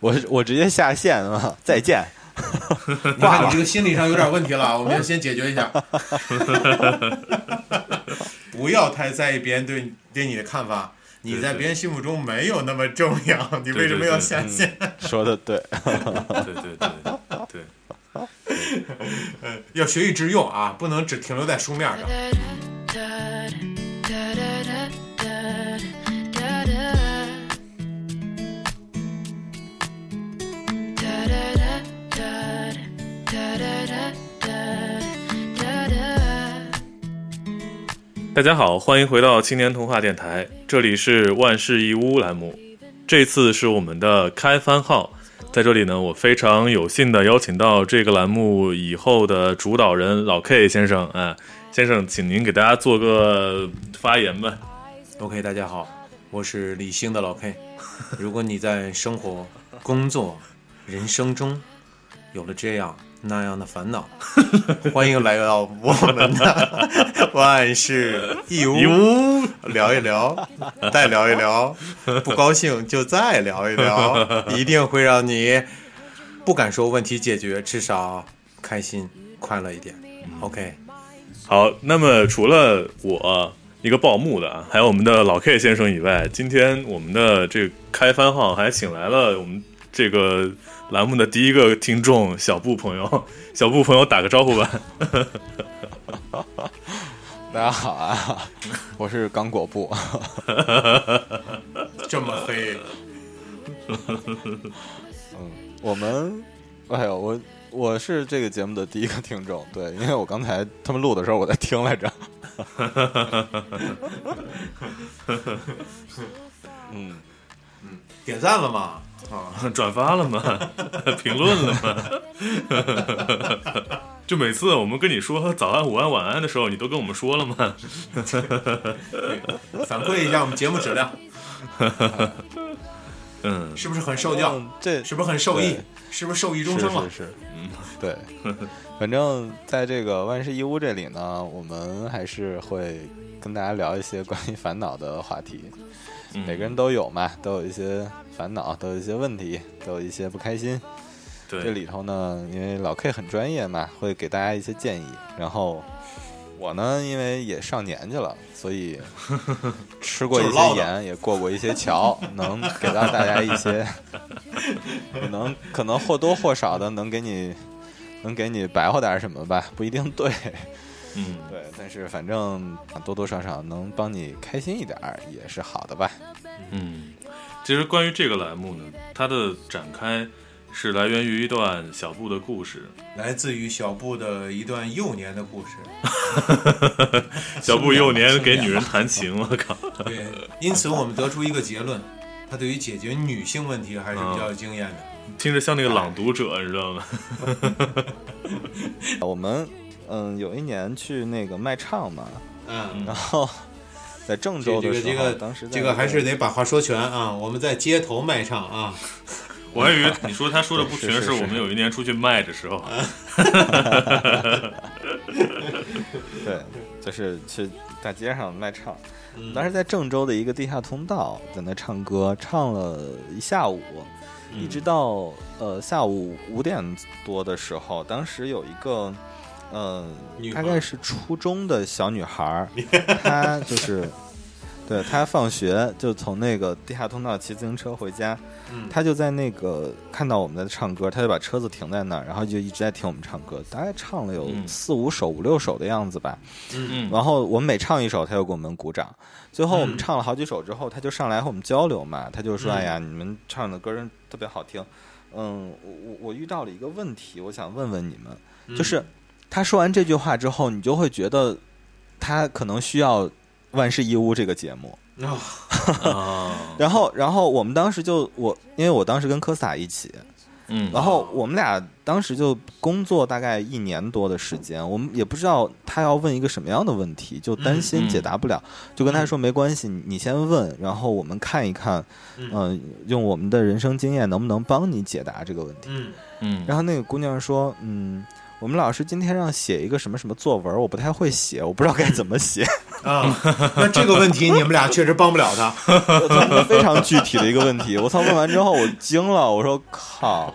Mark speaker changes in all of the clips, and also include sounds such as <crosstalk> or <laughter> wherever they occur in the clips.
Speaker 1: 我我直接下线了，再见。
Speaker 2: 你看你这个心理上有点问题了，我们要先解决一下。不要太在意别人对对你的看法，你在别人心目中没有那么重要，你为什么要下线？ <laughs>
Speaker 1: 说的对，
Speaker 3: 对对对对，
Speaker 2: 嗯要学以致用啊，不能只停留在书面上。
Speaker 3: 大家好，欢迎回到青年童话电台，这里是万事一屋栏目，这次是我们的开番号，在这里呢，我非常有幸的邀请到这个栏目以后的主导人老 K 先生，啊，先生，请您给大家做个发言吧。
Speaker 2: OK，大家好，我是理性的老 K。如果你在生活、 <laughs> 工作、人生中有了这样那样的烦恼， <laughs> 欢迎来到我们的 <laughs> 万事一屋
Speaker 3: 一屋，
Speaker 2: 聊一聊，再聊一聊，不高兴就再聊一聊，一定会让你不敢说问题解决，至少开心快乐一点。OK，
Speaker 3: 好，那么除了我一个报幕的，啊，还有我们的老 K 先生以外，今天我们的这个开番号还请来了我们这个栏目的第一个听众小布朋友， <laughs> 小布朋友打个招呼吧。
Speaker 1: <laughs> 大家好啊，我是刚果布，
Speaker 2: 这么黑，
Speaker 1: 我们，哎呦，我我是这个节目的第一个听众，对，因为我刚才他们录的时候我在听来着。嗯，
Speaker 2: 点赞了吗？啊，
Speaker 3: <laughs> 转发了吗？ <laughs> 评论了吗？ <laughs> 就每次我们跟你说早安、午安、晚安的时候，你都跟我们说了吗？
Speaker 2: <laughs> 反馈一下我们节目质量，
Speaker 3: 嗯，
Speaker 2: 是不是很 <laughs> 受教？
Speaker 1: 这
Speaker 2: 是不是很受益
Speaker 1: 对？
Speaker 2: 是不是受益终生了
Speaker 1: 是？是是，嗯，对，反正在这个万事一屋这里呢，我们还是会跟大家聊一些关于烦恼的话题。
Speaker 3: 嗯
Speaker 1: 每个人都有嘛，都有一些烦恼，都有一些问题，都有一些不开心。这
Speaker 3: 对，
Speaker 1: 里头呢，因为老 K 很专业嘛，会给大家一些建议。然后我呢，因为也上年纪了，所以吃过一
Speaker 2: 就是唠
Speaker 1: 些
Speaker 2: 叨
Speaker 1: 盐，也过过一些桥，能给到大家一些，能可能或多或少的能给你能给你白话点什么吧，不一定对，
Speaker 3: 嗯，
Speaker 1: 对，但是反正啊多多少少能帮你开心一点儿也是好的吧。
Speaker 3: 嗯，其实关于这个栏目呢，它的展开是来源于一段小布的故事。
Speaker 2: 来自于小布的一段幼年的
Speaker 1: <laughs>
Speaker 2: 故事，
Speaker 3: 小布幼年给 <laughs> 女人弹琴，我靠，
Speaker 2: 对，因此我们得出一个结论，他对于解决女性问题还是比较有经验的。
Speaker 3: 听着像那个朗读者，你知道吗？
Speaker 1: 我们嗯有一年去那个卖唱嘛， <laughs>
Speaker 2: 嗯，
Speaker 1: 然后在郑州
Speaker 2: 这
Speaker 1: 的
Speaker 2: 个
Speaker 1: 时候，
Speaker 2: 这个
Speaker 1: 当时在
Speaker 2: 这个还是得把话说全啊！我们在街头卖唱啊，
Speaker 3: 我还以为你说他说的不全
Speaker 1: 是是是
Speaker 3: 我们有一年出去卖的时候，
Speaker 1: 对，就是去大街上卖唱。
Speaker 2: 嗯
Speaker 1: 当时在郑州的一个地下通道，在那唱歌，唱了一下午，
Speaker 2: 嗯
Speaker 1: 一直到呃下午五点多的时候，当时有一个。呃
Speaker 2: 女，孩
Speaker 1: 大概是初中的小女孩
Speaker 2: <laughs>
Speaker 1: 儿，她就是，对她放学就从那个地下通道骑自行车回家，
Speaker 2: 嗯
Speaker 1: 她就在那个看到我们在唱歌，她就把车子停在那儿，然后就一直在听我们唱歌，大概唱了有
Speaker 3: 嗯
Speaker 1: 四五首、五六首的样子吧。
Speaker 3: 嗯
Speaker 1: 然后我们每唱一首，他就给我们鼓掌。最后我们
Speaker 2: 嗯
Speaker 1: 唱了好几首之后，他就上来和我们交流嘛，他就说：“
Speaker 2: 嗯
Speaker 1: 哎呀，你们唱的歌真特别好听。”嗯，我我我遇到了一个问题，我想问问你们，
Speaker 2: 嗯
Speaker 1: 就是他说完这句话之后，你就会觉得他可能需要《万事一屋》这个节目。
Speaker 2: 啊，
Speaker 3: 啊，
Speaker 1: 然后，然后我们当时就我，因为我当时跟科萨一起，
Speaker 3: 嗯
Speaker 1: 然后我们俩当时就工作大概一年多的时间，我们也不知道他要问一个什么样的问题，就担心解答不了，就跟他说没关系，你你先问，然后我们看一看，
Speaker 2: 嗯
Speaker 1: 嗯、用我们的人生经验能不能帮你解答这个问题。
Speaker 2: 嗯
Speaker 3: 嗯，
Speaker 1: 然后那个姑娘说，嗯。我们老师今天让写一个什么什么作文，我不太会写，我不知道该怎么写。 <laughs>
Speaker 2: 啊， <laughs> 那这个问题你们俩确实帮不了他。
Speaker 1: 咱们非常具体的一个问题。我操，问完之后我惊了，我说靠，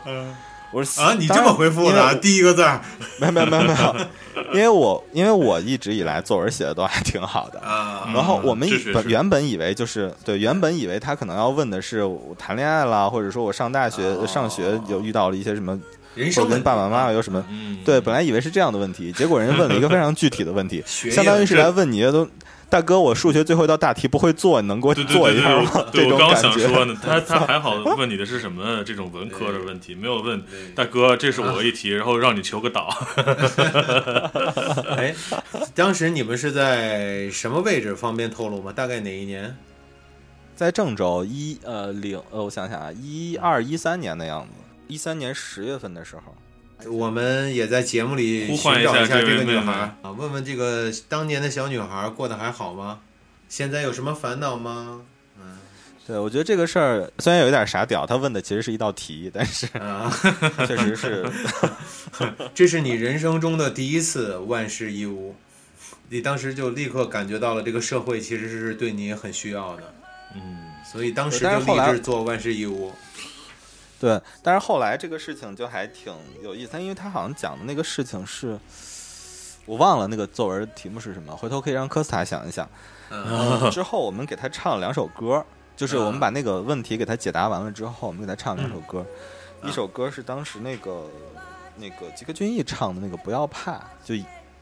Speaker 1: 我说
Speaker 2: 啊，你这么回复的啊，
Speaker 1: 的？
Speaker 2: 第一个字儿
Speaker 1: 没有没有没有没
Speaker 2: <laughs>
Speaker 1: 有，因为我因为我一直以来作文写的都还挺好的。
Speaker 2: 啊，
Speaker 1: 然后我们以
Speaker 3: 是是
Speaker 1: 本
Speaker 3: 是
Speaker 1: 原本以为就是对，原本以为他可能要问的是我谈恋爱啦，或者说我上大学、
Speaker 2: 哦
Speaker 1: 上学有遇到了一些什么，
Speaker 2: 人
Speaker 1: 或者
Speaker 2: 生
Speaker 1: 跟
Speaker 2: 问
Speaker 1: 爸爸妈妈有什么。
Speaker 3: 嗯，
Speaker 1: 对，本来以为是这样的问题，结果人家问了一个非常具体的问
Speaker 3: <laughs>
Speaker 1: 题，
Speaker 2: 学业
Speaker 1: 相当于是来问你都大哥，我数学最后一道大题不会做，你能给我
Speaker 3: 对对
Speaker 1: 做
Speaker 3: 对
Speaker 1: 一下
Speaker 3: 对
Speaker 1: 吗？
Speaker 3: <laughs>
Speaker 1: 这
Speaker 3: 对，我
Speaker 1: 种
Speaker 3: 刚
Speaker 1: 感
Speaker 3: 想说
Speaker 1: 觉。
Speaker 3: 呢，他他还好问你的是什么这种文科的问题，没有问大哥，这是我一题，然后让你求个导。
Speaker 2: 哎， <laughs> 当时你们是在什么位置？方便透露吗？大概哪一年？
Speaker 1: 在郑州一呃零呃，我想想啊，一二一三年的样子，一三年十月份的时候，
Speaker 2: 我们也在节目里
Speaker 3: 呼
Speaker 2: 寻
Speaker 3: 唤一
Speaker 2: 找
Speaker 3: 下
Speaker 2: 下
Speaker 3: 这位
Speaker 2: 个
Speaker 3: 妹
Speaker 2: 女
Speaker 3: 妹
Speaker 2: 孩儿啊，问问这个当年的小女孩儿过得还好吗？现在有什么烦恼
Speaker 3: <laughs>
Speaker 2: 吗？
Speaker 1: 对我觉得这个事儿虽然有一点傻屌，他问的其实是一道题，但是
Speaker 2: 啊，
Speaker 1: 确实是
Speaker 2: 这是你人生中的第一次万事一无，你当时就立刻感觉到了这个社会其实是对你很需要的，
Speaker 3: 嗯，
Speaker 2: 所以当时
Speaker 1: 对但
Speaker 2: 就是
Speaker 1: 后
Speaker 2: 立
Speaker 1: 来
Speaker 2: 志做万事一无。
Speaker 1: 对，但是后来这个事情就还挺有意思，因为他好像讲的那个事情是，我忘了那个作文题目是什么，回头可以让科斯塔想一想。
Speaker 2: <laughs> 嗯，
Speaker 1: 之后我们给他唱了两首歌，就是我们把那个问题给他解答完了之后，我们给他唱了两首歌，
Speaker 2: 嗯
Speaker 1: 一首歌是当时那个那个吉克隽逸唱的那个《不要怕》，就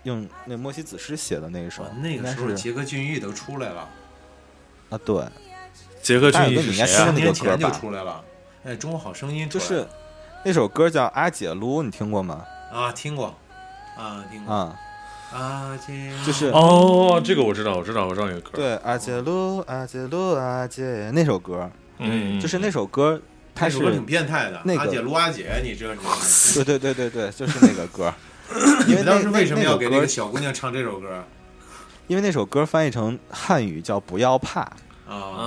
Speaker 1: 用那莫西子诗写的那一首
Speaker 2: 哇，啊那个时候
Speaker 1: 应该是
Speaker 2: 杰克隽逸都出来了，
Speaker 1: 啊，对，
Speaker 3: 杰克
Speaker 1: 大
Speaker 3: 隽
Speaker 1: 眼
Speaker 3: 逸
Speaker 1: 哥
Speaker 3: 是
Speaker 1: 你应该
Speaker 3: 谁
Speaker 1: 听过
Speaker 2: 十
Speaker 3: 啊？
Speaker 1: 那
Speaker 2: 年
Speaker 1: 个歌
Speaker 2: 前就
Speaker 1: 吧
Speaker 2: 出来了。哎，《中国好声音》
Speaker 1: 就
Speaker 2: 出来
Speaker 1: 是
Speaker 2: 了
Speaker 1: 那首歌叫《阿姐撸》，你听过吗？
Speaker 2: 啊，听过啊，听过
Speaker 1: 啊、
Speaker 2: 啊，这
Speaker 1: 就是
Speaker 3: 哦，这个我知道，我知道，我知道这个歌。，
Speaker 1: 对，阿杰鲁，阿杰鲁，阿杰那首歌，
Speaker 3: 嗯，
Speaker 1: 就是那首歌，它
Speaker 2: 那
Speaker 1: 是
Speaker 2: 首歌挺变态的，
Speaker 1: 那个
Speaker 2: 阿姐撸阿姐，你这你这
Speaker 1: 对对对对对，就是那个
Speaker 2: <laughs>
Speaker 1: 歌。因为
Speaker 2: 你当时
Speaker 1: 那
Speaker 2: 为什么要给
Speaker 1: 那
Speaker 2: 那
Speaker 1: 首
Speaker 2: 个
Speaker 1: 歌？
Speaker 2: 小姑娘唱这首歌
Speaker 1: 因为那首歌翻译成汉语叫“不要怕
Speaker 2: 啊？
Speaker 1: 哦
Speaker 3: 啊，”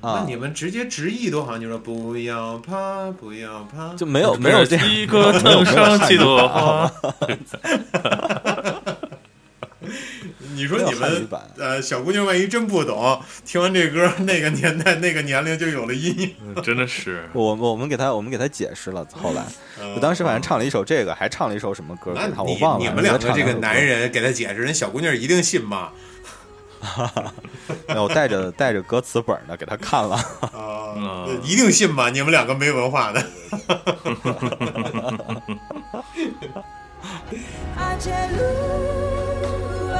Speaker 2: 那
Speaker 1: 啊
Speaker 2: 你，们直接直译多好，你说不要怕，不要怕，
Speaker 1: 就没有 <laughs> 没有这样
Speaker 3: 一个藤上几朵花。
Speaker 2: 你说
Speaker 1: 没有
Speaker 2: 你
Speaker 1: 汉语
Speaker 2: 们
Speaker 1: 版
Speaker 2: 呃小姑娘万一真不懂，听完这歌，那个年代 <laughs> 那个年龄就有了阴影。
Speaker 3: 嗯真的是，
Speaker 1: 我我们给他我们给他解释了。后来 <laughs> 我当时反正唱了一首这个，还唱了一首什么歌
Speaker 2: 嗯啊那
Speaker 1: 给他，
Speaker 2: 你
Speaker 1: 我忘了。
Speaker 2: 你们两个这个男
Speaker 1: 人，
Speaker 2: 人给他解释，人小姑娘一定信吗？
Speaker 1: 没哎有我带着带着歌词本呢，给他看了。 <laughs>
Speaker 2: 啊
Speaker 3: 嗯，
Speaker 2: 一定信吧？你们两个没文化的。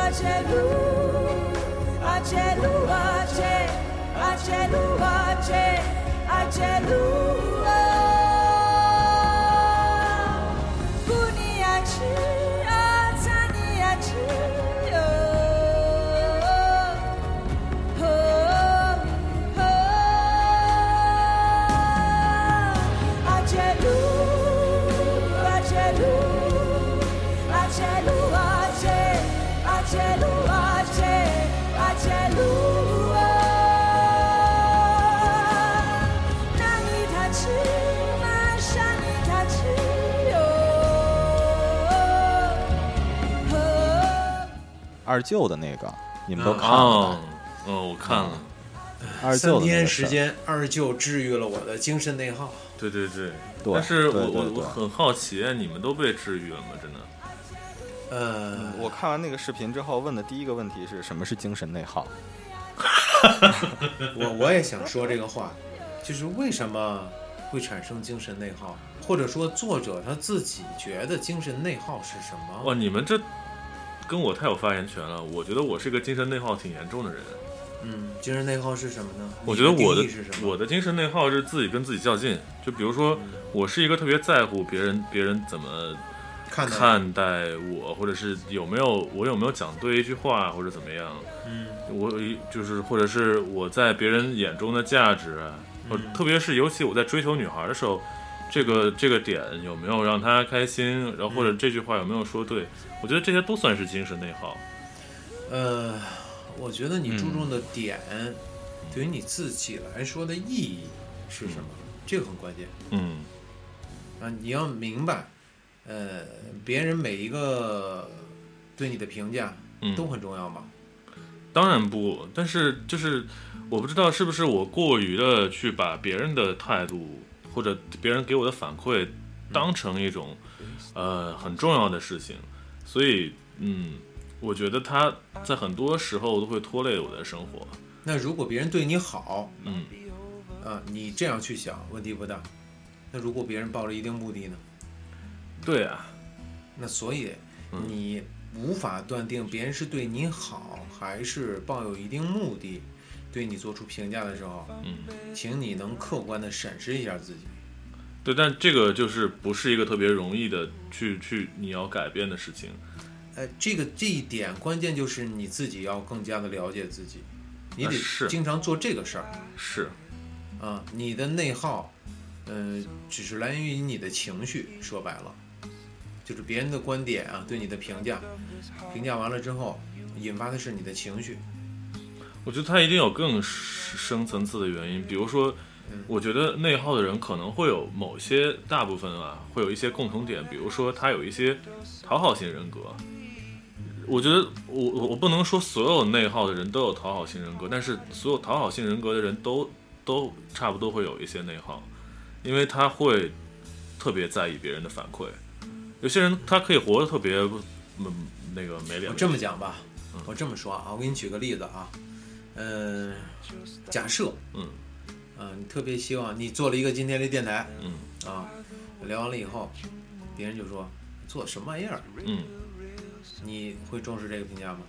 Speaker 4: Ajelou, ajelou, ajelou, aje, ajelou, aje, oh. ajelou. Buniachi, ataniachi, oh, oh, oh. Ajelou, ajelou. Ajeluaje, ajeluaje, ajelua. Namitachi, mashanitachi, oh, oh.
Speaker 1: 二舅的那个，你们都看了
Speaker 3: 哦
Speaker 1: 吧？，
Speaker 3: 嗯，我看了，
Speaker 1: 二舅
Speaker 2: 三
Speaker 1: 的那
Speaker 2: 天
Speaker 1: 个
Speaker 2: 时
Speaker 1: 事儿
Speaker 2: 间，二舅治愈了我的精神内耗。
Speaker 3: 对对对。
Speaker 1: 对
Speaker 3: 但是
Speaker 1: 对
Speaker 3: 我我
Speaker 1: 对
Speaker 3: 我
Speaker 1: 对
Speaker 3: 很好奇，啊你们都被治愈了吗？真的？
Speaker 2: 呃，
Speaker 1: 嗯我看完那个视频之后，问的第一个问题是什么是精神内耗？
Speaker 2: 我我也想说这个话，就是为什么会产生精神内耗，或者说作者他自己觉得精神内耗是什么？
Speaker 3: 哇，哦你们这跟我太有发言权了。我觉得我是一个精神内耗挺严重的人。
Speaker 2: 嗯，精神内耗是什么呢？
Speaker 3: 我觉得我
Speaker 2: 的
Speaker 3: 的
Speaker 2: 是什么？
Speaker 3: 我的精神内耗是自己跟自己较劲。就比如说，
Speaker 1: 嗯
Speaker 3: 我是一个特别在乎别人别人怎么
Speaker 2: 看到
Speaker 3: 看待我，或者是有没有我有没有讲对一句话，或者怎么样。
Speaker 2: 嗯，
Speaker 3: 我就是或者是我在别人眼中的价值，我特别是尤其我在追求女孩的时候，这个这个点有没有让她开心，然后或者这句话有没有说对，我觉得这些都算是精神内耗。
Speaker 2: 呃，我觉得你注重的点，
Speaker 3: 嗯
Speaker 2: 对于你自己来说的意义是什么？这个很关键
Speaker 3: 嗯
Speaker 2: 啊！你要明白，呃，别人每一个对你的评价
Speaker 3: 嗯，
Speaker 2: 都很重要嘛。
Speaker 3: 当然不，但是就是我不知道是不是我过于的去把别人的态度或者别人给我的反馈当成一种、呃很重要的事情，所以嗯，我觉得他在很多时候都会拖累我的生活。
Speaker 2: 那如果别人对你好，
Speaker 3: 嗯，
Speaker 2: 啊，你这样去想问题不大。那如果别人抱着一定目的呢？
Speaker 3: 对啊，
Speaker 2: 那所以
Speaker 3: 嗯
Speaker 2: 你无法断定别人是对你好还是抱有一定目的，对你做出评价的时候，
Speaker 3: 嗯，
Speaker 2: 请你能客观的审视一下自己。
Speaker 3: 对，但这个就是不是一个特别容易的去去你要改变的事情。
Speaker 2: 呃，这个这一点关键就是你自己要更加的了解自己，你
Speaker 3: 啊
Speaker 2: 得
Speaker 3: 是
Speaker 2: 经常做这个事儿
Speaker 3: 是，
Speaker 2: 啊。你的内耗，呃，只是来源于你的情绪，说白了，就是别人的观点啊，对你的评价，评价完了之后，引发的是你的情绪。
Speaker 3: 我觉得他一定有更深层次的原因，比如说
Speaker 2: 嗯，
Speaker 3: 我觉得内耗的人可能会有某些大部分啊，会有一些共同点，比如说他有一些讨好型人格。我觉得我我我不能说所有内耗的人都有讨好型人格，但是所有讨好型人格的人都都差不多会有一些内耗，因为他会特别在意别人的反馈。有些人他可以活得特别嗯那个没脸
Speaker 2: 我
Speaker 3: 面，
Speaker 2: 这么讲吧，
Speaker 3: 嗯
Speaker 2: 我这么说啊，我给你举个例子啊，嗯、假设，
Speaker 3: 嗯
Speaker 2: 嗯、你特别希望你做了一个今天的电台
Speaker 3: 嗯
Speaker 2: 啊，聊完了以后，别人就说做什么玩意儿，
Speaker 3: 嗯。
Speaker 2: 你会重视这个评价吗？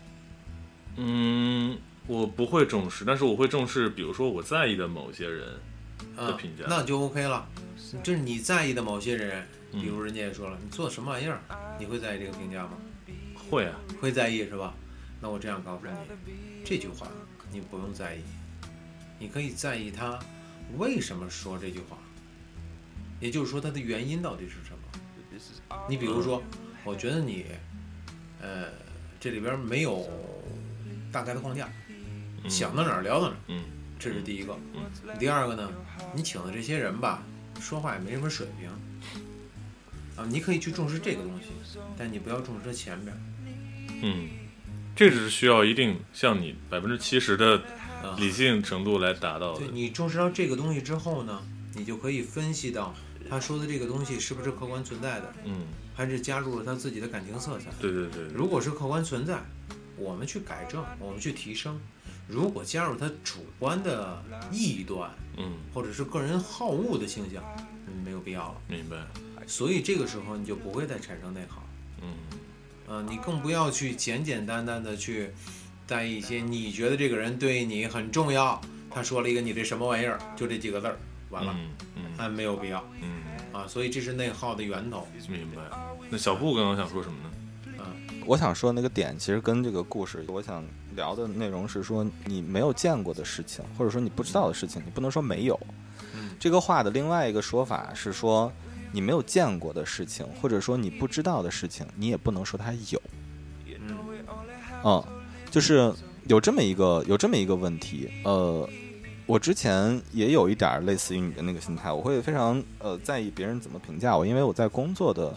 Speaker 3: 嗯，我不会重视，但是我会重视，比如说我在意的某些人。
Speaker 2: 啊、
Speaker 3: 评价
Speaker 2: 那就 OK 了。这是你在意的某些人，
Speaker 3: 嗯
Speaker 2: 比如人家也说了，你做什么玩意儿，你会在意这个评价吗？
Speaker 3: 会啊，
Speaker 2: 会在意是吧？那我这样告诉你，这句话你不用在意，你可以在意他为什么说这句话，也就是说他的原因到底是什么。你比如说，我觉得你，呃，这里边没有大概的框架，
Speaker 3: 嗯、
Speaker 2: 想到哪儿聊到哪儿，
Speaker 3: 嗯，
Speaker 2: 这是第一个
Speaker 3: 嗯。
Speaker 2: 第二个呢，你请的这些人吧，说话也没什么水平。啊，你可以去重视这个东西，但你不要重视它前边儿。
Speaker 3: 嗯，这只是需要一定像你百分之七十的
Speaker 2: 啊
Speaker 3: 理性程度来达到的
Speaker 2: 对。你重视到这个东西之后呢，你就可以分析到他说的这个东西是不是客观存在的，
Speaker 3: 嗯，
Speaker 2: 还是加入了他自己的感情色彩。
Speaker 3: 对对对，对
Speaker 2: 如果是客观存在，我们去改正，我们去提升；如果加入他主观的臆断
Speaker 3: 嗯，
Speaker 2: 或者是个人好恶的倾向，嗯，没有必要了。
Speaker 3: 明白，
Speaker 2: 所以这个时候你就不会再产生内耗，
Speaker 3: 嗯
Speaker 2: 嗯、你更不要去简简单单的去在意一些你觉得这个人对你很重要，他说了一个你这什么玩意儿，就这几个字儿，完了。
Speaker 3: 嗯嗯
Speaker 2: 啊，没有必要
Speaker 3: 嗯，
Speaker 2: 啊，所以这是内耗的源头。
Speaker 3: 明白。那小布刚刚想说什么呢？
Speaker 1: 我想说那个点，其实跟这个故事，我想聊的内容是说，你没有见过的事情，或者说你不知道的事情，你不能说没有。
Speaker 2: 嗯
Speaker 1: 这个话的另外一个说法是说，你没有见过的事情，或者说你不知道的事情，你也不能说它有。
Speaker 2: 嗯
Speaker 1: 嗯，就是有这么一个有这么一个问题，呃，我之前也有一点儿类似于你的那个心态，我会非常呃在意别人怎么评价我，因为我在工作的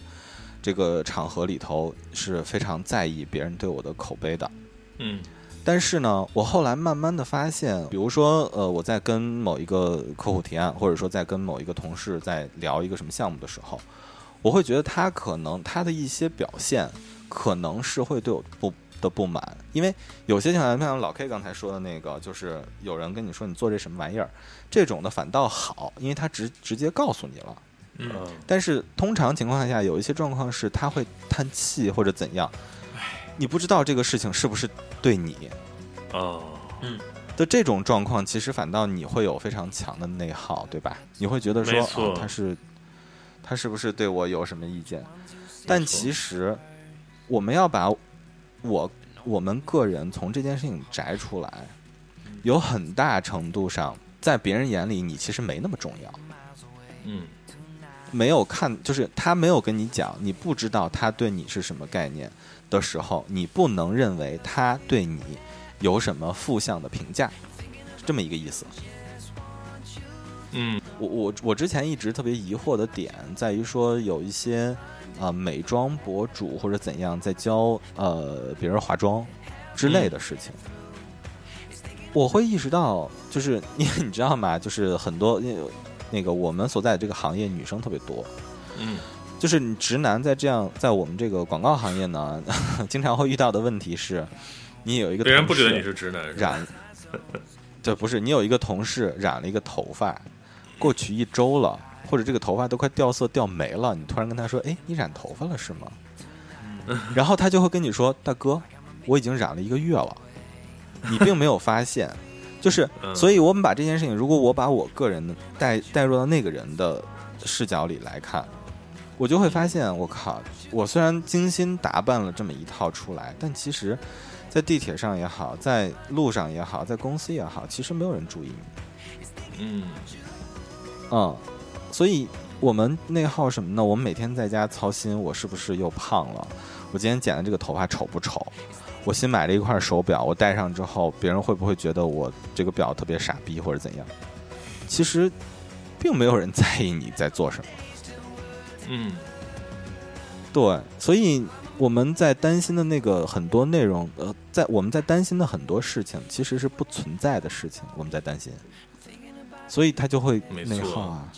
Speaker 1: 这个场合里头是非常在意别人对我的口碑的。
Speaker 3: 嗯
Speaker 1: 但是呢，我后来慢慢的发现，比如说，呃，我在跟某一个客户提案，或者说在跟某一个同事在聊一个什么项目的时候，我会觉得他可能他的一些表现，可能是会对我不的不满，因为有些情况下，像老 K 刚才说的那个，就是有人跟你说你做这什么玩意儿，这种的反倒好，因为他直直接告诉你了。
Speaker 2: 嗯，
Speaker 3: 嗯
Speaker 1: 但是通常情况下，有一些状况是他会叹气或者怎样，你不知道这个事情是不是对你。
Speaker 3: 哦，
Speaker 1: 的这种状况，其实反倒你会有非常强的内耗，对吧？你会觉得
Speaker 3: 没
Speaker 1: 说，
Speaker 3: 错
Speaker 1: 哦、他是他是不是对我有什么意见？但其实我们要把我我们个人从这件事情摘出来，
Speaker 3: 嗯
Speaker 1: 有很大程度上，在别人眼里你其实没那么重要，
Speaker 3: 嗯
Speaker 1: 没有看就是他没有跟你讲，你不知道他对你是什么概念的时候，你不能认为他对你有什么负向的评价，是这么一个意思。
Speaker 3: 嗯
Speaker 1: 我我我之前一直特别疑惑的点在于说，有一些呃美妆博主或者怎样在教呃别人化妆之类的事情，我会意识到，就是因为你知 <laughs> 道吗？就是很多因为那个我们所在的这个行业，女生特别多。
Speaker 3: 嗯，
Speaker 1: 就是你直男在这样在我们这个广告行业呢， <laughs> 经常会遇到的问题是，你有一个
Speaker 3: 别人不觉得
Speaker 1: 同
Speaker 3: 你
Speaker 1: 事
Speaker 3: 是直男，是吧？
Speaker 1: 染， <laughs> 对，不是你有一个同事染了一个头发，过去一周了，或者这个头发都快掉色掉没了，你突然跟他说：“哎，你染头发了是吗？”然后他就会跟你说：“大哥，我已经染了一个月了，你并没有发现。”就是，
Speaker 3: 嗯
Speaker 1: 所以我们把这件事情，如果我把我个人的带带入到那个人的视角里来看，我就会发现，我靠，我虽然精心打扮了这么一套出来，但其实，在地铁上也好，在路上也好，在公司也好，其实没有人注意你。
Speaker 3: 嗯，
Speaker 1: 嗯，所以我们内耗什么呢？我们每天在家操心，我是不是又胖了？我今天剪的这个头发丑不丑？我新买了一块手表，我戴上之后，别人会不会觉得我这个表特别傻逼或者怎样？其实，并没有人在意你在做什么。
Speaker 3: 嗯，
Speaker 1: 对，所以我们在担心的那个很多内容，呃，在我们在担心的很多事情，其实是不存在的事情，我们在担心，所以它就会
Speaker 3: 没
Speaker 1: 内
Speaker 3: 错
Speaker 1: 耗啊。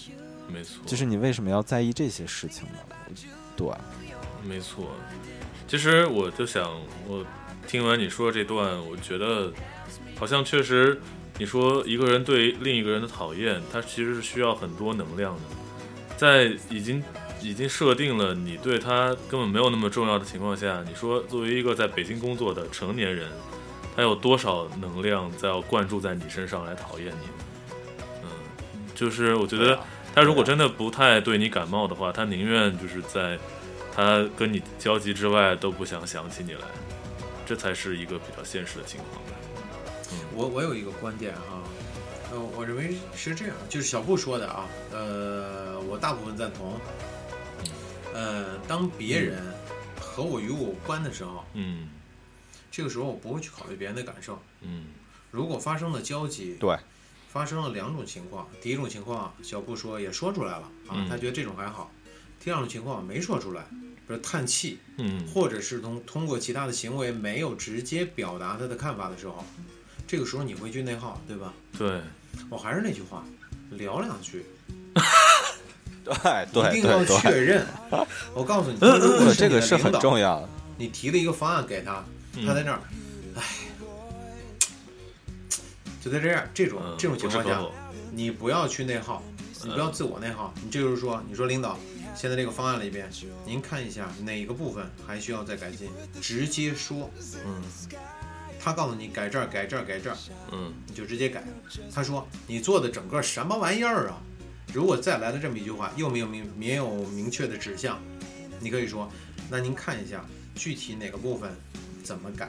Speaker 3: 没错，
Speaker 1: 就是你为什么要在意这些事情呢？对，
Speaker 3: 没错，其实我就想，我听完你说这段，我觉得好像确实，你说一个人对另一个人的讨厌，他其实是需要很多能量的，在已经已经设定了你对他根本没有那么重要的情况下，你说作为一个在北京工作的成年人，他有多少能量在要灌注在你身上来讨厌你？嗯，就是我觉得
Speaker 2: 啊
Speaker 3: 他如果真的不太对你感冒的话，他宁愿就是在。他跟你交集之外都不想想起你来，这才是一个比较现实的情况吧。
Speaker 2: 我我有一个观点哈、呃，我认为是这样，就是小布说的啊，呃，我大部分赞同。呃，当别人和我与我无关的时候，
Speaker 3: 嗯
Speaker 2: 这个时候我不会去考虑别人的感受。
Speaker 3: 嗯
Speaker 2: 如果发生了交集，
Speaker 1: 对，
Speaker 2: 发生了两种情况，第一种情况啊小布说也说出来了啊
Speaker 3: 嗯，
Speaker 2: 他觉得这种还好；第二种情况没说出来，比如叹气，
Speaker 3: 嗯
Speaker 2: 或者是通通过其他的行为没有直接表达他的看法的时候，这个时候你会去内耗，对吧？
Speaker 3: 对，
Speaker 2: 我还是那句话，聊两句，
Speaker 1: 对，
Speaker 2: 一
Speaker 1: 对，
Speaker 2: 定要
Speaker 1: 对，
Speaker 2: 确
Speaker 1: 对， <laughs>
Speaker 2: 认。我告诉你，
Speaker 1: 对，
Speaker 2: 这
Speaker 1: 这个是很重
Speaker 2: 要。
Speaker 1: 要的。
Speaker 2: 你提了一个方案给他，他在那儿，
Speaker 1: 嗯
Speaker 2: 哎，就在这样这种
Speaker 3: 嗯
Speaker 2: 这种情况
Speaker 3: 不置
Speaker 2: 下
Speaker 3: 可，否
Speaker 2: 你不要去内耗，你不要
Speaker 1: 嗯
Speaker 2: 自我内耗，你这就是说，你说领导，现在这个方案里边，您看一下哪个部分还需要再改进，直接说，
Speaker 3: 嗯
Speaker 2: 他告诉你改这儿改这儿改这儿，
Speaker 3: 嗯
Speaker 2: 你就直接改。他说你做的整个什么玩意儿啊？如果再来了这么一句话，又没有明没有明确的指向，你可以说，那您看一下具体哪个部分怎么改，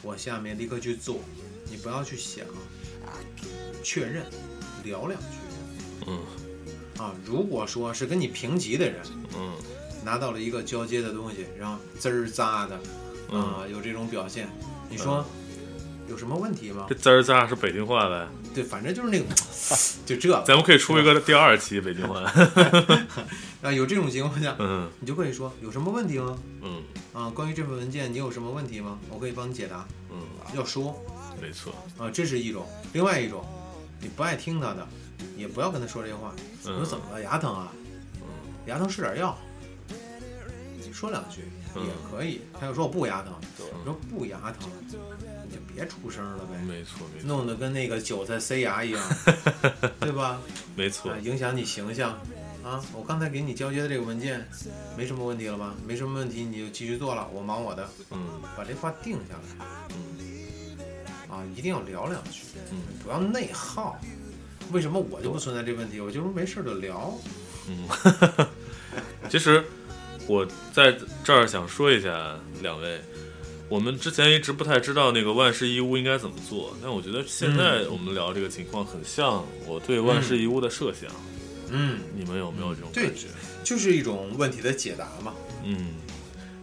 Speaker 2: 我下面立刻去做，你不要去想，确认，聊两句。
Speaker 3: 嗯
Speaker 2: 啊，如果说是跟你平级的人
Speaker 3: 嗯
Speaker 2: 拿到了一个交接的东西，然后滋儿扎的，
Speaker 3: 嗯
Speaker 2: 啊、有这种表现，你说、有什么问题吗
Speaker 3: 这？滋儿滋儿是北京话呗，
Speaker 2: 对，反正就是那个， <laughs> 就这
Speaker 3: 咱们可以出一个第二期北京话。
Speaker 2: 啊，有这种情况下，
Speaker 3: 嗯
Speaker 2: 你就可以说有什么问题吗？
Speaker 3: 嗯
Speaker 2: 啊，关于这份文件你有什么问题吗？我可以帮你解答。
Speaker 3: 嗯，
Speaker 2: 要说
Speaker 3: 没错。
Speaker 2: 啊，这是一种，另外一种，你不爱听他的，也不要跟他说这话。我说
Speaker 3: 嗯
Speaker 2: 怎么了？牙疼啊？牙疼吃点药，说两句
Speaker 3: 嗯
Speaker 2: 也可以。他又说我不牙疼，
Speaker 3: 嗯
Speaker 2: 我说不牙疼，你就别出声了呗，
Speaker 3: 没错没错
Speaker 2: 弄得跟那个韭菜塞牙一样，对吧？
Speaker 3: 没错
Speaker 2: 啊，，影响你形象啊！我刚才给你交接的这个文件，没什么问题了吧？没什么问题，你就继续做了，我忙我的，
Speaker 3: 嗯
Speaker 2: 把这话定下来
Speaker 3: 嗯
Speaker 2: 啊！一定要聊两句，
Speaker 3: 嗯
Speaker 2: 不要内耗。为什么我就不存在这问题？我就是没事儿就聊，
Speaker 3: 嗯，其实我在这儿想说一下两位，我们之前一直不太知道那个万事一屋应该怎么做，但我觉得现在
Speaker 2: 嗯
Speaker 3: 我们聊这个情况很像我对万事一屋的设想，
Speaker 2: 嗯，
Speaker 3: 你们有没有这种
Speaker 2: 对
Speaker 3: 感觉？
Speaker 2: 就是一种问题的解答嘛。
Speaker 3: 嗯，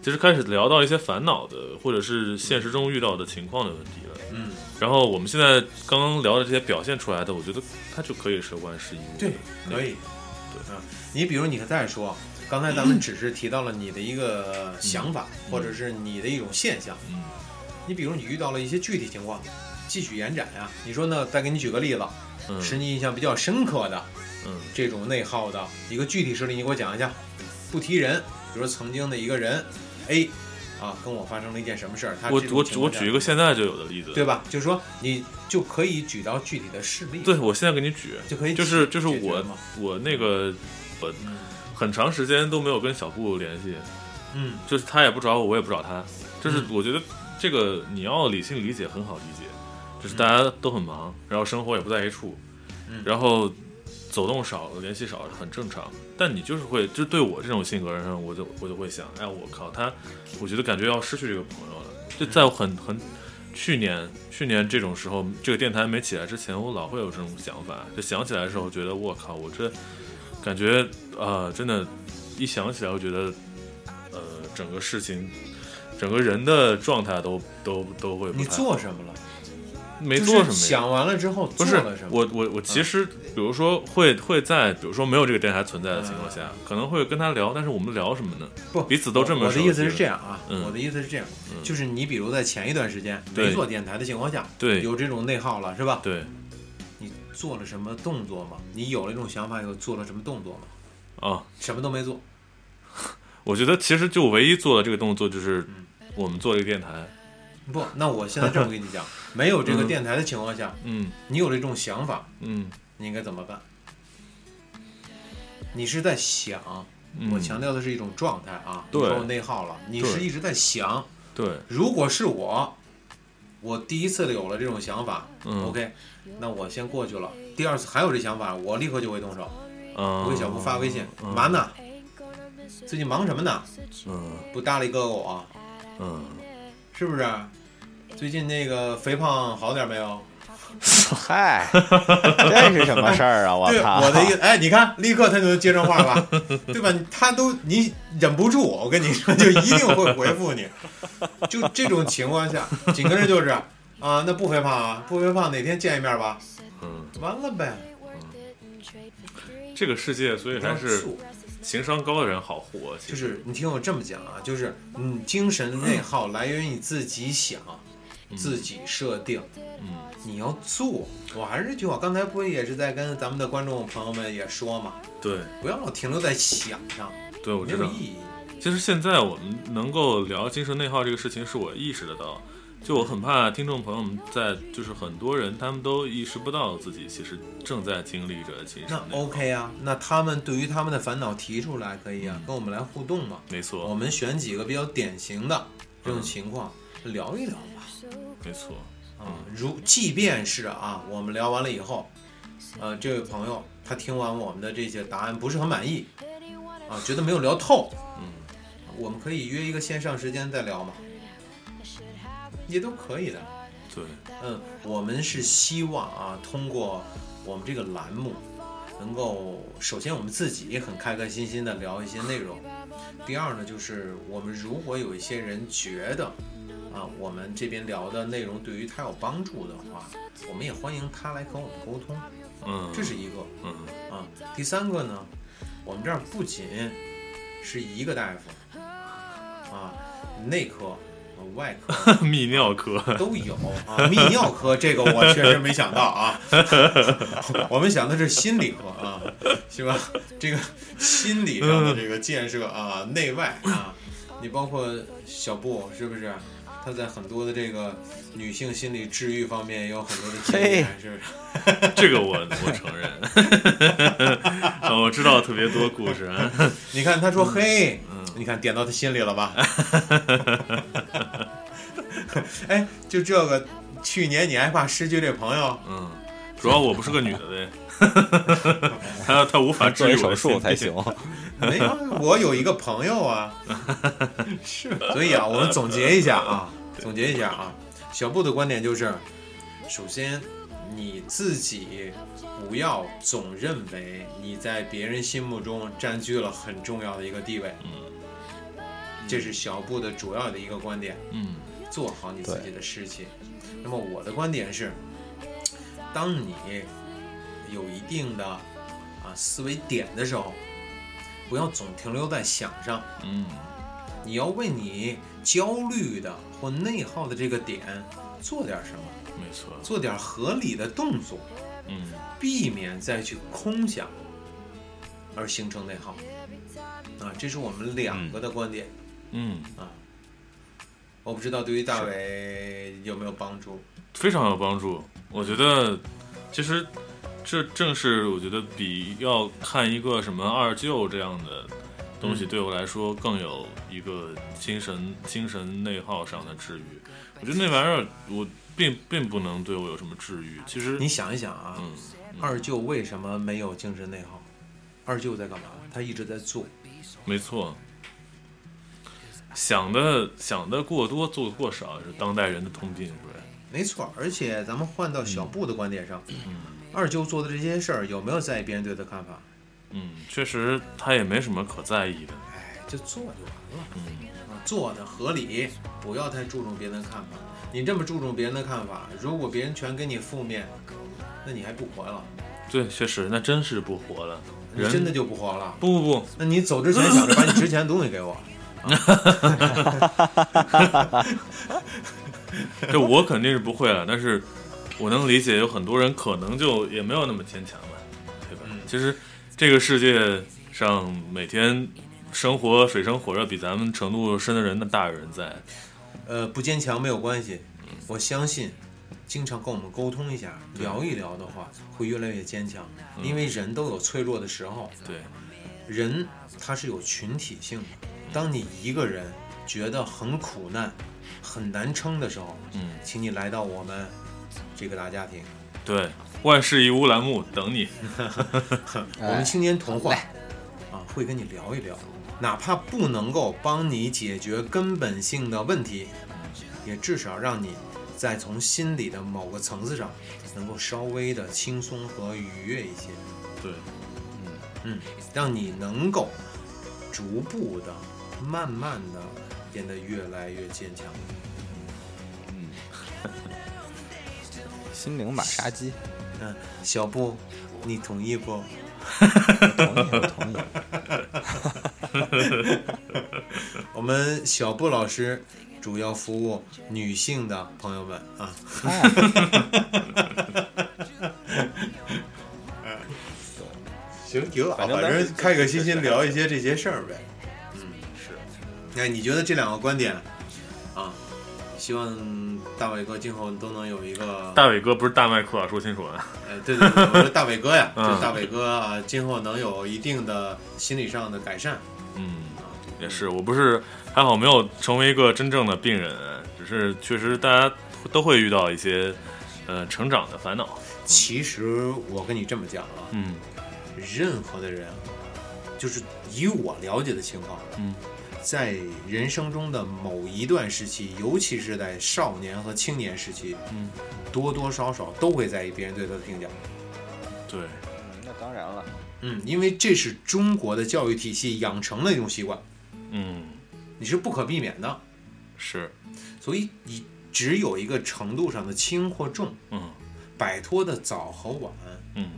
Speaker 3: 其实开始聊到一些烦恼的或者是现实中遇到的情况的问题了。
Speaker 2: 嗯，
Speaker 3: 然后我们现在刚刚聊的这些表现出来的，我觉得它就可以是万事一屋。
Speaker 2: 对，可
Speaker 3: 嗯
Speaker 2: 以。对啊，你比如你再说，刚才咱们只是提到了你的一个想法，或者是你的一种现象。
Speaker 3: 嗯
Speaker 2: 你比如你遇到了一些具体情况，继续延展呀、你说呢？再给你举个例子，
Speaker 3: 嗯
Speaker 2: 使你印象比较深刻的
Speaker 3: 嗯
Speaker 2: 这种内耗的一个具体事例，你给我讲一下。不提人，比如说曾经的一个人 A 啊，跟我发生了一件什么事儿，他
Speaker 3: 我
Speaker 2: 这种
Speaker 3: 我
Speaker 2: 情
Speaker 3: 我
Speaker 2: 况下
Speaker 3: 举一个现在就有的例子，
Speaker 2: 对吧？就是说你就可以举到具体的事例，
Speaker 3: 对，我现在给你举，
Speaker 2: 就可以
Speaker 3: 就是
Speaker 2: 解
Speaker 3: 就是
Speaker 2: 解决
Speaker 3: 我嗯
Speaker 2: 嘛
Speaker 3: 我那个我很长时间都没有跟小布联系，
Speaker 2: 嗯
Speaker 3: 就是他也不找我，我也不找他，就是
Speaker 2: 嗯
Speaker 3: 我觉得这个你要理性理解很好理解，就是大家都很忙，然后生活也不在一处，
Speaker 2: 嗯
Speaker 3: 然后走动少，联系少很正常，但你就是会，就是对我这种性格人上，我就我就会想，哎，我靠，他，我觉得感觉要失去这个朋友了，就在我很很。去年，去年这种时候，这个电台没起来之前，我老会有这种想法，就想起来的时候，觉得我靠，我这感觉呃，真的，一想起来，我觉得呃，整个事情，整个人的状态都都都会不
Speaker 2: 你
Speaker 3: 太好
Speaker 2: 做什么了？
Speaker 3: 没
Speaker 2: 就
Speaker 3: 做
Speaker 2: 是
Speaker 3: 什么呀？
Speaker 2: 想完了之后
Speaker 3: 不
Speaker 2: 做
Speaker 3: 是
Speaker 2: 了什么？嗯
Speaker 3: 我我我其实，比如说会会在比如说没有这个电台存在的情况下，可能会跟他聊，但是我们聊什么呢？
Speaker 2: 嗯不，
Speaker 3: 彼此都这么
Speaker 2: 我的
Speaker 3: 熟
Speaker 2: 意思
Speaker 3: 悉
Speaker 2: 是
Speaker 3: 了
Speaker 2: 这样啊，
Speaker 3: 嗯
Speaker 2: 我的意思是这样，就是你比如在前一段时间
Speaker 3: 对
Speaker 2: 没做电台的情况下，
Speaker 3: 对
Speaker 2: 有这种内耗了是吧？
Speaker 3: 对
Speaker 2: 你做了什么动作吗？你有了这种想法，有做了什么动作吗？
Speaker 3: 啊，
Speaker 2: 什么都没做，
Speaker 3: 我觉得其实就唯一做的这个动作就是
Speaker 2: 嗯
Speaker 3: 我们做这个电台，
Speaker 2: 不，那我现在这么跟你
Speaker 3: <laughs>
Speaker 2: 讲，没有这个电台的情况下，
Speaker 3: 嗯
Speaker 2: 你有了这种想法，
Speaker 3: 嗯
Speaker 2: 你应该怎么办？你是在想，
Speaker 3: 嗯，
Speaker 2: 我强调的是一种状态啊，
Speaker 3: 对
Speaker 2: 你说我内耗了，你
Speaker 3: 对
Speaker 2: 是一直在想，
Speaker 3: 对
Speaker 2: 如果是我，我第一次有了这种想法、
Speaker 3: 嗯
Speaker 2: o k 那我先过去了。第二次还有这想法，我立刻就会动手。
Speaker 3: 嗯，
Speaker 2: 我给小布发微信，
Speaker 3: 嗯
Speaker 2: 嘛呢？最近忙什么呢？
Speaker 3: 嗯
Speaker 2: 不搭理哥我，啊
Speaker 3: 嗯，
Speaker 2: 是不是？最近那个肥胖好点没有？
Speaker 1: 嗨， <laughs> 这是什么事儿啊？我
Speaker 2: 对，
Speaker 1: 操！
Speaker 2: 我的意
Speaker 1: <laughs>
Speaker 2: 思，
Speaker 3: <laughs>
Speaker 2: 哎，你看，立刻他就接上话了， <laughs> 对吧？他都你忍不住，我跟你说，就一定会回复你。就这种情况下，紧跟着就是啊，那不肥胖啊，不肥胖，哪天见一面吧？
Speaker 3: 嗯，
Speaker 2: 完了呗，
Speaker 3: 这个世界所以还是
Speaker 2: 不让
Speaker 3: 情商高的人好活，其
Speaker 2: 就
Speaker 3: 实
Speaker 2: 是你听我这么讲啊，就是你精神内耗来源于你自己想，自己设定，
Speaker 3: 嗯
Speaker 2: 你要做。我还是那句话，刚才不也是在跟咱们的观众朋友们也说嘛，
Speaker 3: 对
Speaker 2: 不要老停留在想上，
Speaker 3: 对，我
Speaker 2: 没
Speaker 3: 知
Speaker 2: 有
Speaker 3: 道
Speaker 2: 意。义。
Speaker 3: 其实现在我们能够聊精神内耗这个事情，是我意识得到。就我很怕听众朋友们在，就是很多人他们都意识不到自己其实正在经历着精神
Speaker 2: 那
Speaker 3: 内耗。
Speaker 2: OK 啊，那他们对于他们的烦恼提出来可以啊，跟我们来互动嘛。
Speaker 3: 没
Speaker 2: 我
Speaker 3: 错，
Speaker 2: 们选几个比较典型的这种情况、聊一聊吧。
Speaker 3: 没错，
Speaker 2: 啊，如即便是啊，我们聊完了以后，呃，这位朋友他听完我们的这些答案不是很满意，啊，觉得没有聊透，
Speaker 3: 嗯，
Speaker 2: 我们可以约一个线上时间再聊嘛，也都可以的。
Speaker 3: 对，
Speaker 2: 嗯，我们是希望啊，通过我们这个栏目，能够首先我们自己也很开开心心的聊一些内容。第二呢，就是我们如果有一些人觉得啊，我们这边聊的内容对于他有帮助的话，我们也欢迎他来和我们沟通，
Speaker 3: 嗯，
Speaker 2: 这是一个。
Speaker 3: 嗯 <laughs>
Speaker 2: 啊，第三个呢，我们这儿不仅是一个大夫啊，内科、呃外科。
Speaker 3: 泌尿科，
Speaker 2: 都有啊，泌尿科这个我确实没想到啊，我们想的是心理科啊，是吧？这个心理上的这个建设啊，内外啊，你包括小布是不是？他在很多的这个女性心理治愈方面也有很多的经验，是不是？
Speaker 3: <laughs> 这个我我承认， <laughs> 啊我知道特别多故事，啊
Speaker 2: 你看他说嘿，你看点到他心里了吧？哎，就这个，去年你还怕失去这朋友？
Speaker 3: 嗯，主要我不是个女的呗， <laughs> 他他无法
Speaker 1: 做
Speaker 3: 治
Speaker 1: 一
Speaker 3: 愈我
Speaker 1: 手
Speaker 3: 的
Speaker 1: 术
Speaker 3: 心
Speaker 1: 才
Speaker 3: 病
Speaker 1: 行。。
Speaker 2: 没有，我有一个朋友啊，是，所以啊，我们总结一下啊，总结一下啊，小布的观点就是，首先你自己不要总认为你在别人心目中占据了很重要的一个地位，这是小布的主要的一个观点，
Speaker 3: 嗯
Speaker 2: 做好你自己的事情。那么我的观点是，当你有一定的啊思维点的时候，不要总停留在想上，
Speaker 3: 嗯
Speaker 2: 你要为你焦虑的或内耗的这个点做点什么，
Speaker 3: 没错，
Speaker 2: 做点合理的动作，
Speaker 3: 嗯，
Speaker 2: 避免再去空想而形成内耗。啊，这是我们两个的观点、
Speaker 3: 嗯，
Speaker 2: 啊。我不知道对于大伟有没有帮助。
Speaker 3: 非常有帮助。我觉得，其实这正是我觉得比要看一个什么二舅这样的东西，
Speaker 2: 嗯
Speaker 3: 对我来说更有一个精神精神内耗上的治愈。我觉得那玩意儿我并并不能对我有什么治愈。其实，
Speaker 2: 你想一想啊，
Speaker 3: 嗯
Speaker 2: 二舅为什么没有精神内耗？二舅在干嘛？他一直在做。
Speaker 3: 没错，想的想的过多，做的过少是当代人的通病，是不是？
Speaker 2: 没错，而且咱们换到小布的观点
Speaker 3: 嗯
Speaker 2: 上，嗯二舅做的这些事儿有没有在意别人对他的看法？
Speaker 3: 嗯，确实他也没什么可在意的。
Speaker 2: 哎，就做就完
Speaker 3: 嗯
Speaker 2: 了，啊，做的合理，不要太注重别人的看法。你这么注重别人的看法，如果别人全给你负面，那你还不活了？
Speaker 3: 对，确实，那真是不活了。
Speaker 2: 你
Speaker 3: 人
Speaker 2: 真的就不活了？
Speaker 3: 不不不，
Speaker 2: 那你走之前想着把你值钱的东西给我，
Speaker 3: <laughs> 这我肯定是不会了，但是我能理解，有很多人可能就也没有那么坚强吧，对吧？其实这个世界上每天生活水深火热比咱们程度深的人的大有人在，
Speaker 2: 呃，不坚强没有关系，我相信，经常跟我们沟通一下，聊一聊的话，会越来越坚强，因为人都有脆弱的时候。
Speaker 3: 对，
Speaker 2: 人他是有群体性的，当你一个人觉得很苦难、很难撑的时候，
Speaker 3: 嗯，
Speaker 2: 请你来到我们这个大家庭，
Speaker 3: 对，万事一屋栏目等你，
Speaker 2: 我们青年童话啊，会跟你聊一聊，哪怕不能够帮你解决根本性的问题，也至少让你在从心理的某个层次上能够稍微的轻松和愉悦一些。
Speaker 3: <laughs> 对，
Speaker 2: 嗯，让你能够逐步的、慢慢的变得越来越坚强。
Speaker 1: 心灵马杀鸡，
Speaker 2: 嗯，小布，你同意不？
Speaker 1: 同意我同意。
Speaker 2: 我们小布老师主要服务女性的朋友们啊。
Speaker 1: 嗨
Speaker 2: 行，挺好，
Speaker 1: 反正
Speaker 2: 反
Speaker 1: 当时
Speaker 2: 正开开心心聊一些这些事儿呗。
Speaker 1: <laughs>
Speaker 2: 嗯，是。哎，你觉得这两个观点啊，希望大伟哥今后都能有一个
Speaker 3: 大伟哥不是大麦克啊，说清楚啊，
Speaker 2: 呃，对对对，我说大伟哥呀，
Speaker 3: <laughs> 嗯
Speaker 2: 就大伟哥啊，今后能有一定的心理上的改善。啊
Speaker 3: 嗯，也是，我不是还好没有成为一个真正的病人，啊只是确实大家都会遇到一些呃成长的烦恼，
Speaker 2: 其实我跟你这么讲啊，
Speaker 3: 嗯
Speaker 2: 任何的人，就是以我了解的情况，
Speaker 3: 嗯，
Speaker 2: 在人生中的某一段时期，尤其是在少年和青年时期，
Speaker 3: 嗯，
Speaker 2: 多多少少都会在意别人对他的评价。
Speaker 3: 对，
Speaker 1: 那当然了，
Speaker 2: 嗯，因为这是中国的教育体系养成的一种习惯，
Speaker 3: 嗯。
Speaker 2: 你是不可避免的。
Speaker 3: 是，
Speaker 2: 所以你只有一个程度上的轻或重，
Speaker 3: 嗯
Speaker 2: 摆脱的早和晚，
Speaker 3: 嗯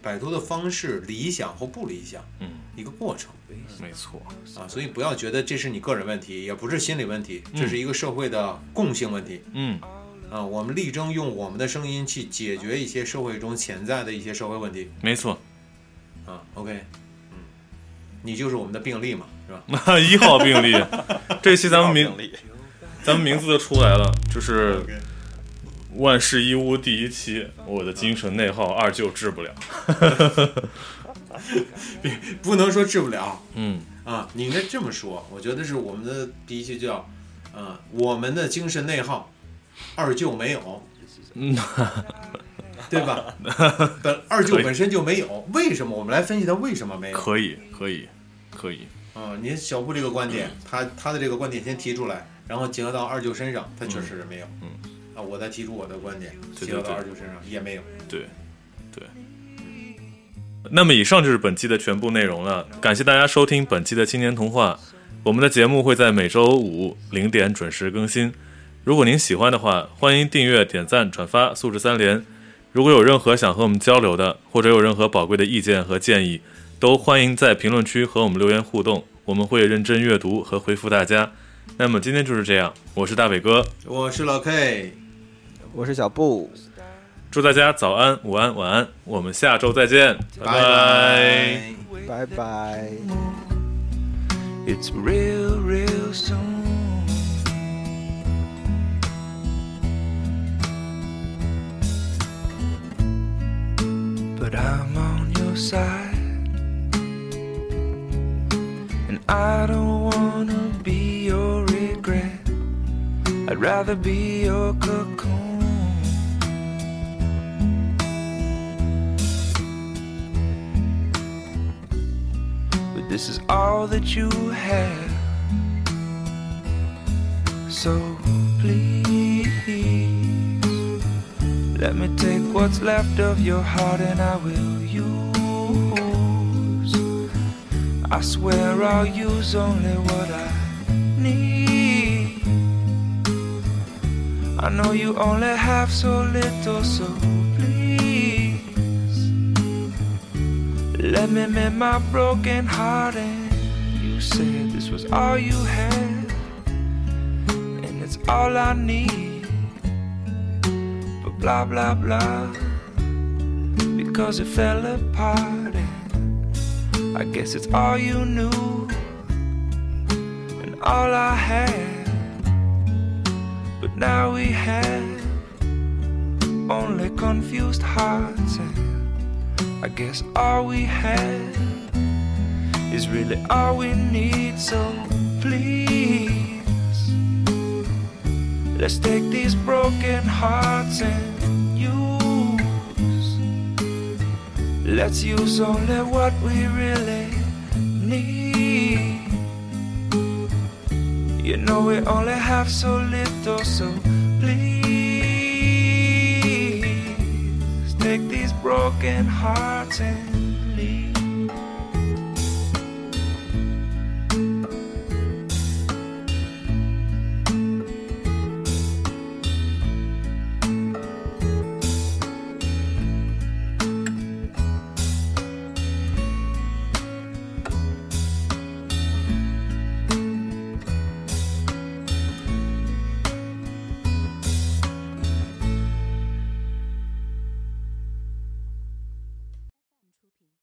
Speaker 2: 摆脱的方式理想或不理想，
Speaker 3: 嗯，
Speaker 2: 一个过程
Speaker 3: 没错，
Speaker 2: 啊。所以不要觉得这是你个人问题，也不是心理问题，这是一个社会的共性问题
Speaker 3: 嗯
Speaker 2: 啊。我们力争用我们的声音去解决一些社会中潜在的一些社会问题
Speaker 3: 没错， <laughs>
Speaker 2: 啊。OK，嗯，你就是我们的病例嘛，是吧？
Speaker 3: 一号病例，这期咱们
Speaker 1: 名
Speaker 3: 名
Speaker 1: 利
Speaker 3: 咱们名字就出来了，就是万事一屋第一期，我的精神内耗二舅治不了，
Speaker 2: 不能说治不了，
Speaker 3: 嗯
Speaker 2: 啊，你应该这么说。我觉得是我们的第一期叫，啊，我们的精神内耗，二舅没有，
Speaker 3: 嗯，
Speaker 2: 对
Speaker 3: <laughs>
Speaker 2: 吧？本二舅
Speaker 3: 可以
Speaker 2: 本身就没有，为什么？我们来分析他为什么没有。
Speaker 3: 可以可以可以，
Speaker 2: 啊，你小布这个观点，他他的这个观点先提出来，然后结合到二舅身上，他确实是没有。
Speaker 3: 嗯
Speaker 2: 啊，我再提出我的观点，
Speaker 3: 对
Speaker 2: 结合
Speaker 3: 对
Speaker 2: 到
Speaker 3: 对
Speaker 2: 二舅身上也没有。
Speaker 3: 对对。那么以上就是本期的全部内容了，感谢大家收听本期的青年童话。我们的节目会在每周五零点准时更新。如果您喜欢的话，欢迎订阅、点赞、转发，素质三连。如果有任何想和我们交流的，或者有任何宝贵的意见和建议，都欢迎在评论区和我们留言互动，我们会认真阅读和回复大家。那么今天就是这样，我是大伟哥，
Speaker 2: 我是老 K，
Speaker 1: 我是小布，
Speaker 3: 祝大家早安、午安、晚安，我们下周再见，
Speaker 2: 拜
Speaker 1: 拜
Speaker 2: 拜
Speaker 1: 拜。
Speaker 5: It's real, real soon. But I'm on your side, and I don't wanna be your regret. I'd rather be your cocoon. But this is all that you have. So please, let me take what's left of your heart and I will use. I swear I'll use only what I need. I know you only have so little, so please. Let me mend my broken heart and you said this was all you had and it's all I need but blah blah blah because it fell apart and I guess it's all you knew and all I had but now we have only confused hearts and I guess all we had is really all we need. So please, let's take these broken hearts and use. Let's use only what we really need. You know we only have so little, so please take these broken hearts and